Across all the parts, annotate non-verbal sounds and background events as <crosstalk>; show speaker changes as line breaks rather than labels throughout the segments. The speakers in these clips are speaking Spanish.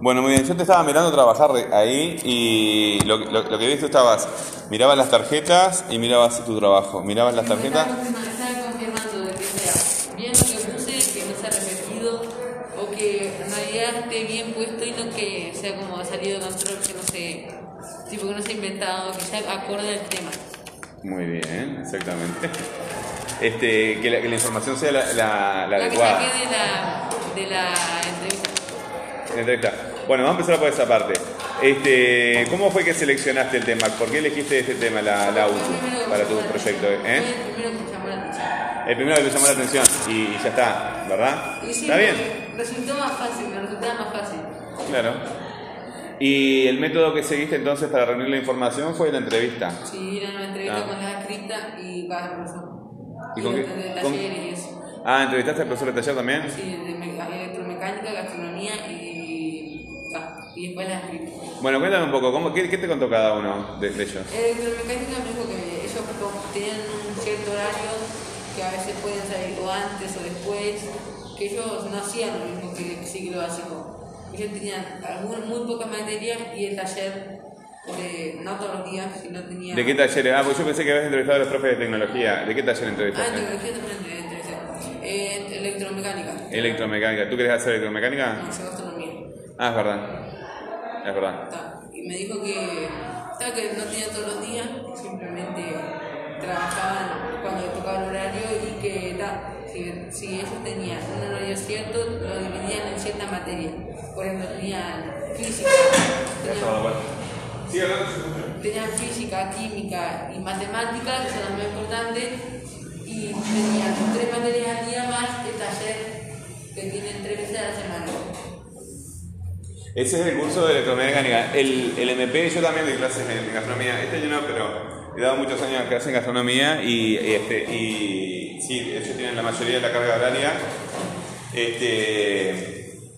Bueno, muy bien, yo te estaba mirando trabajar de- ahí y lo, que- lo- lo que vi tú estabas, mirabas las tarjetas y mirabas tu trabajo, mirabas las tarjetas.
Me estaba confirma- estaba confirmando de que sea bien lo que puse, que no sea repetido o que en realidad esté bien puesto y no que sea como salido de control, que no se, tipo que no se ha inventado, que sea acorde al tema.
Muy bien, exactamente. Este, que, la, que la información sea la, la- la
Lo que
adecuada.
saqué de la, de la entrevista.
La entrevista. Bueno, vamos a empezar por esa parte. Este, ¿Cómo fue que seleccionaste el tema? ¿Por qué elegiste este tema, la, la
Fue el primero
UTU,
que
para
me
tu
llamó la
proyecto?
atención.
¿eh?
Fue el primero que me llamó la atención.
El primero que te llamó la atención y, y ya está, ¿verdad?
Y sí,
¿Está bien?
me Resultó más fácil, me resultaba más fácil.
Claro. Y el método que seguiste entonces para reunir la información fue la entrevista.
Sí, era una entrevista
Ah.
con la cripta y vas a razón.
¿Y con qué-
de
con-
talleres y eso.
Ah, ¿entrevistaste al profesor de taller también?
Sí, de me- electromecánica, gastronomía y, ah, y después las criptas.
Bueno, cuéntame un poco, ¿cómo, qué, qué te contó cada uno de, de ellos?
Electromecánica me dijo que ellos como tienen un cierto horario que a veces pueden salir o antes o después, que ellos no hacían lo mismo que el ciclo básico. Ellos tenían algunas muy pocas materias y el taller, de, no todos los días, sino tenía...
¿De qué talleres? Ah, pues yo pensé que habías entrevistado a los profes de tecnología. ¿De qué taller
Ah,
entrevistaste?
tecnología también interesante. Eh, electromecánica.
Electromecánica. ¿Tú querés hacer electromecánica?
No, yo gastronomía.
Ah, es verdad. Es verdad.
Ta, Y me dijo que, ta, que no tenía todos los días, simplemente trabajaban cuando le tocaba el horario y que ta, si, si ellos tenían un horario cierto, lo dividían en cierta materia. Por ejemplo, tenían física, tenían,
Sí,
tenían física, química y matemáticas, que son las más importantes, y tenían tres materias al día más el taller que tienen tres veces a la semana.
Ese es el curso de electromecánica. El, el MP, yo también doy clases en, en gastronomía. Este año no, pero he dado muchos años clases en gastronomía y, y este, y sí, ellos tienen la mayoría de la carga horaria. Este,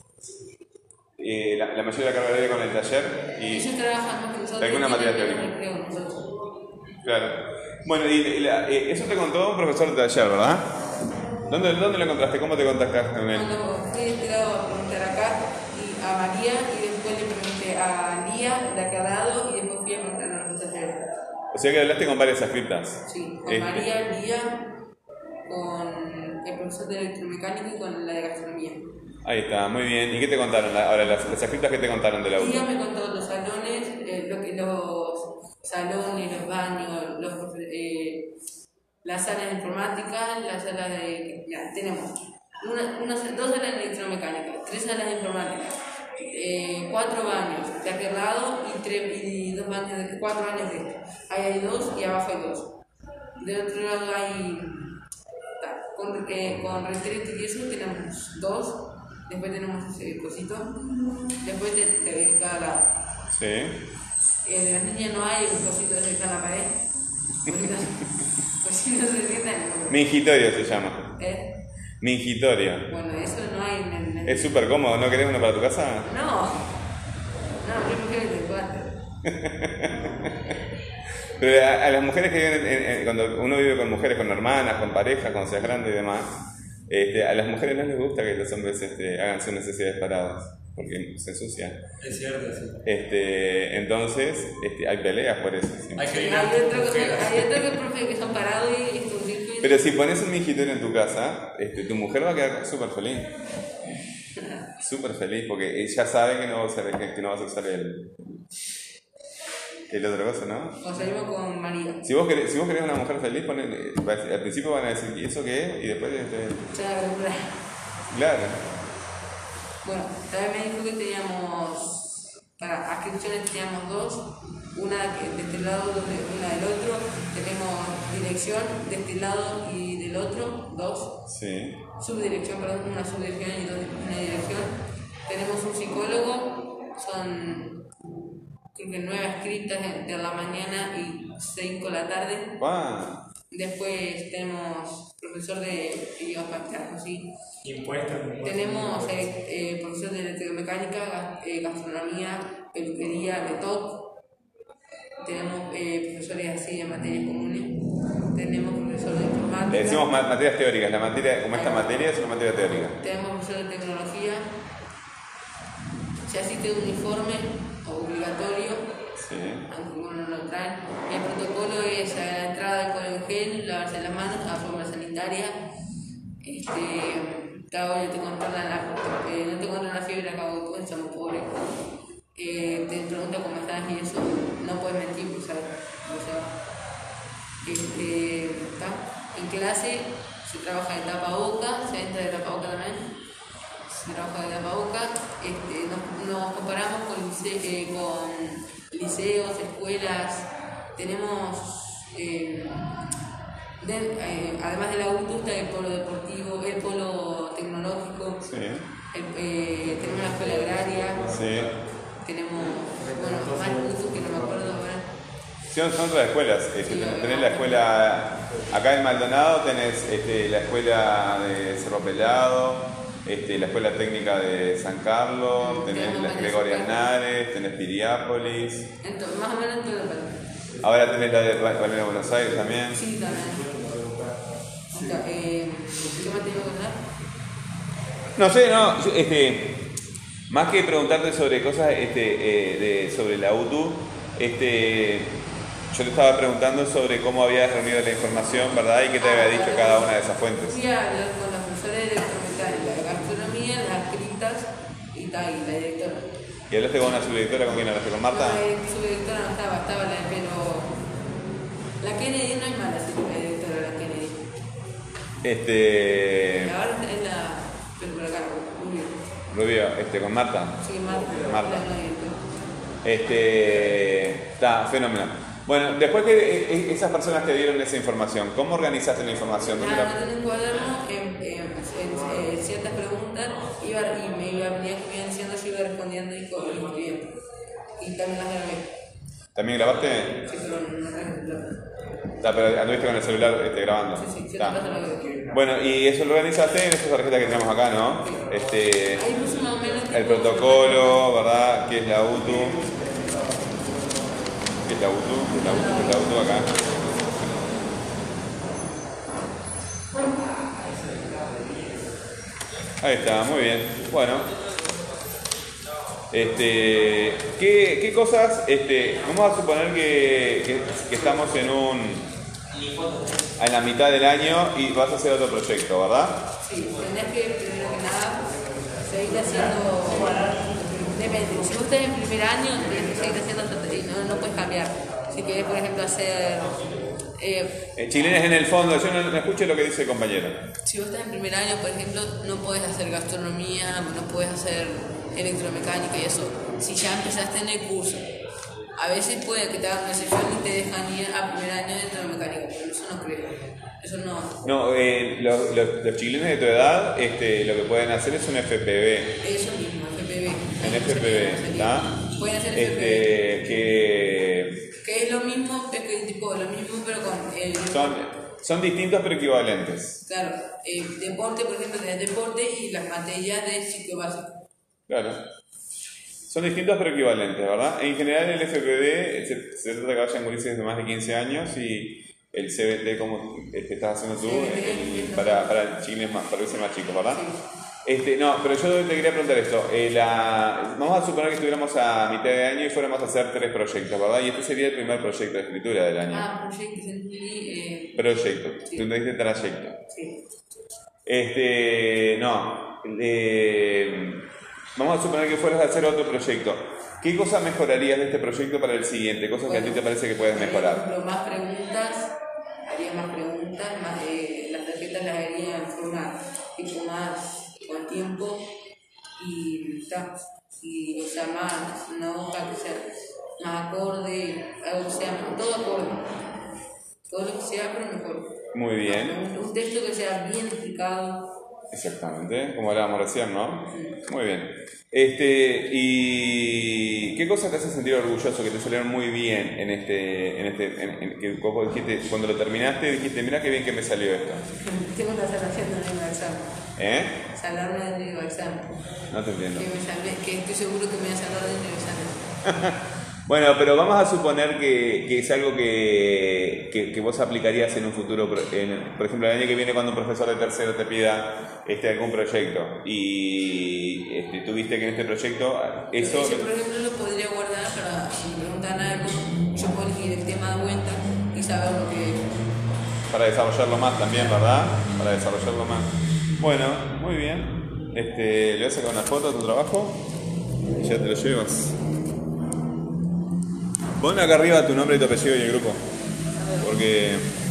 eh, la, la mayoría de la carga horaria con el taller. Y,
Ellos trabajan más que nosotros.
Alguna
y
materia
tienen
teórica.
menos recreo que nosotros.
claro. Bueno, y la- eh, eso te contó un profesor de taller, ¿verdad? ¿Dónde, ¿Dónde lo encontraste? ¿Cómo te contactaste con él?
Cuando fui enterado a preguntar acá y a María y después le pregunté a Lía, la que ha dado, y después fui a preguntar a los taller.
O sea que hablaste con varias ascriptas.
Sí, con
Este.
María, Lía, con el profesor de electromecánica y con la de gastronomía.
Ahí está, muy bien. ¿Y qué te contaron? La- Ahora, las, las ascriptas que te contaron de la U.
Lía me contó los salones, eh, lo que- los salones, los baños, los, eh, las salas de informática, las salas de... Ya, tenemos una, una sa- dos salas de electromecánica, tres salas de informática, eh, cuatro baños de aquel lado y, tres, y dos baños de, cuatro baños de este. Ahí hay dos y abajo hay dos. Del otro lado hay... ta, Con, eh, con retrete y eso tenemos dos, después tenemos eh, cosito, después de, de cada lado.
Sí.
Eh, de las niñas no hay un cosito de a la pared. Cositas, <laughs> cositas de sientan.
Mingitorio se llama.
Eh,
Mingitorio.
bueno, eso no hay en el. en el-
Es súper cómodo, ¿no querés uno para tu casa?
No. No, yo prefiero el de cuatro.
Pero a, a las mujeres que viven, en- en- cuando uno vive con mujeres, con hermanas, con parejas, cuando seas grande y demás, este, a las mujeres no les gusta que los hombres este, hagan sus necesidades parados, porque se ensucian.
Es cierto, sí.
Este, entonces, este, hay peleas por eso. siempre.
Hay que ir
Hay otro que,
mujeres.
hay otro que profe que son parados y es un rico y-
Pero si pones un mingitorio en tu casa, este, tu mujer va a quedar súper feliz. Súper feliz, porque ella sabe que no vas a, que no vas a usar el, el otro cosa, ¿no?
Nos salimos con María.
Si vos, querés, si vos querés una mujer feliz, ponele- va a decir- al principio van a decir, ¿y eso qué es? Y después, este,
O sea, verdad.
claro.
Bueno, también me dijo que teníamos. Para ascripciones teníamos dos. Una que- de este lado, donde- una del otro. Tenemos dirección de este lado y del otro, dos.
Sí.
subdirección, perdón, una subdirección y dos- una dirección. Tenemos un psicólogo, son creo que nueve escritas de de la mañana y cinco la tarde.
Pa.
Después tenemos profesor de idiomas para sí.
Impuestos, impuestos.
Tenemos eh, eh, profesor de electromecánica, gas- eh, gastronomía, peluquería, de todo. Tenemos eh, profesores así de materias comunes. Tenemos profesor de informática.
Le decimos ma- materias teóricas. La materia, como esta materia es una materia teórica.
Tenemos profesor de tecnología. se asiste de uniforme obligatorio
Sí.
aunque uno no lo traen. El protocolo es a la entrada con el gel, lavarse las manos a forma sanitaria. Este, cada uno te controlan la, eh, no te controlan la fiebre, acá tú en somos pobres. Eh, te preguntan cómo estás y eso, no puedes mentir, pues, ¿sabes? O sea, este, ¿tá? En clase se trabaja de tapabocas, se entra de tapabocas también se trabaja de tapabocas, este, nos, nos comparamos con, lice- eh, con liceos, escuelas, tenemos, eh, de- eh, además de la UTU está el polo deportivo, el polo tecnológico,
Sí.
el- eh, tenemos la escuela agraria,
Sí.
tenemos, bueno, más UTU que no me acuerdo ahora.
Sí, son son otras escuelas. Este, tenés- tenés la escuela. Acá en Maldonado tenés este, la escuela de Cerro Pelado, este, la escuela técnica de San Carlos, tenés la Gregoria Nares, tenés Piriápolis.
Entonces, más o menos en todo el país.
Ahora tenés la de Ra- Balneario Buenos Aires también.
Sí, también. Entonces, eh, ¿Qué más tengo que contar?
No sé, no, yo, este, más que preguntarte sobre cosas este, eh, de- sobre la UTU, este, yo te estaba preguntando sobre cómo habías reunido la información, ¿verdad? Y qué te había dicho cada una de esas fuentes.
Fui a hablar con la profesora de electromecánica, de gastronomía, las criptas y tal, y la directora.
¿Y hablaste con una subdirectora? ¿Con quién hablaste? ¿Con Marta?
No, eh, su directora no estaba, estaba la de pero. La Kennedy no es mala, sí, la directora de la Kennedy.
Este,
Ahora es la. Pero por acá, Julio.
Rubio, este, con Marta.
Sí, Marta.
Marta.
la nueva directora.
Este, está, fenomenal. Bueno, después que eh, eh, esas personas te dieron esa información, ¿cómo organizaste la información? ¿Dónde
Nada,
la-
no tenía un cuaderno, en, en- en- eh, ciertas preguntas, iba, y me iba, venía que me iban diciendo, yo iba respondiendo y co- y escribiendo. Y también las grabé.
¿También grabaste?
Sí, pero no, no, no.
Está, pero anduviste con el celular este, grabando.
Sí, sí, yo
Está.
te paso lo que-
Bueno, y eso lo organizaste en esas tarjetas que tenemos acá, ¿no? Este,
Ahí puso más o menos
el
tipo-
protocolo, ¿verdad? ¿Qué es la UTU? ¿Qué es la UTU? ¿Qué es la UTU? ¿Qué es la UTU acá? Ahí está, muy bien. Bueno. Este, ¿qué, qué cosas? Este, vamos a suponer que, que- que estamos en un. en la mitad del año y vas a hacer otro proyecto, ¿verdad?
Sí, tenés que primero que nada seguir haciendo. Depende, si vos estás en primer año, tenés que seguir haciendo y no, no puedes cambiar. Si querés, por ejemplo, hacer. eh,
Eh, chilenes en el fondo, yo no, no escucho lo que dice el compañero.
si vos estás en primer año, por ejemplo, no podés hacer gastronomía, no podés hacer electromecánica y eso. Si ya empezaste en el curso, a veces puede que te hagan una excepción y te dejan ir a primer año de electromecánica, pero eso no creo. Eso no.
No, eh, los, los- los chilenes de tu edad este, lo que pueden hacer es un FPV.
Eso mismo, FPV.
En FPV, ¿está?
Pueden hacer FPV.
Este, que
Que es lo mismo, es que tipo lo mismo, pero con el.
son, son distintos pero equivalentes.
Claro, eh, deporte, por ejemplo, tenés deporte y las materias de ciclo básico.
Claro. Son distintos pero equivalentes, ¿verdad? En general el FPV se, se trata de que vayan gurises de más de 15 años y el CBT como este, estás haciendo tú
CBT,
el-
¿no?
para, para chilenes más, para gurises más chicos, ¿verdad? Este, no, pero yo te quería preguntar esto. Eh, la- vamos a suponer que estuviéramos a mitad de año y fuéramos a hacer tres proyectos, ¿verdad? Y este sería el primer proyecto de escritura del año.
Ah, proyectos en eh,
Proyecto.
Sí.
Tú entendiste trayecto.
sí.
Este, no. eh, vamos a suponer que fueras a hacer otro proyecto. ¿Qué cosa mejorarías de este proyecto para el siguiente? Cosas que a ti te parece que puedes
Haría, Por
mejorar.
ejemplo, más preguntas, haría más preguntas, más eh, de las tarjetas las haría en forma tipo más con tiempo y ta, y o sea más una hoja que sea más acorde, algo que sea más- todo acorde, todo lo que sea pero mejor.
Muy bien.
Un, un texto que sea bien explicado, <laughs>
Exactamente, como hablábamos recién, ¿no? Muy bien. Este, ¿y qué cosas te hacen sentir orgulloso que te salieron muy bien en este, en este, en- en- que vos dijiste, cuando lo terminaste dijiste, mira qué bien que me salió esto,
tengo una salvación de un examen,
¿eh?
salvarme del nuevo examen,
No te entiendo.
que me salvé, que estoy seguro que me voy a salvar del nuevo examen.
Bueno, pero vamos a suponer que, que es algo que, que, que vos aplicarías en un futuro, pro- en- por ejemplo, el año que viene cuando un profesor de tercero te pida este, algún proyecto y este, tuviste que en este proyecto eso...
Yo, por ejemplo, lo podría guardar para si me preguntan algo, yo puedo elegir el tema de vuelta y saber lo que.
Para desarrollarlo más también, ¿verdad? Para desarrollarlo más. Bueno, muy bien. Este, le voy a sacar una foto a tu trabajo y ya te lo llevas. Pon acá arriba tu nombre y tu apellido y el grupo. Porque
Eh,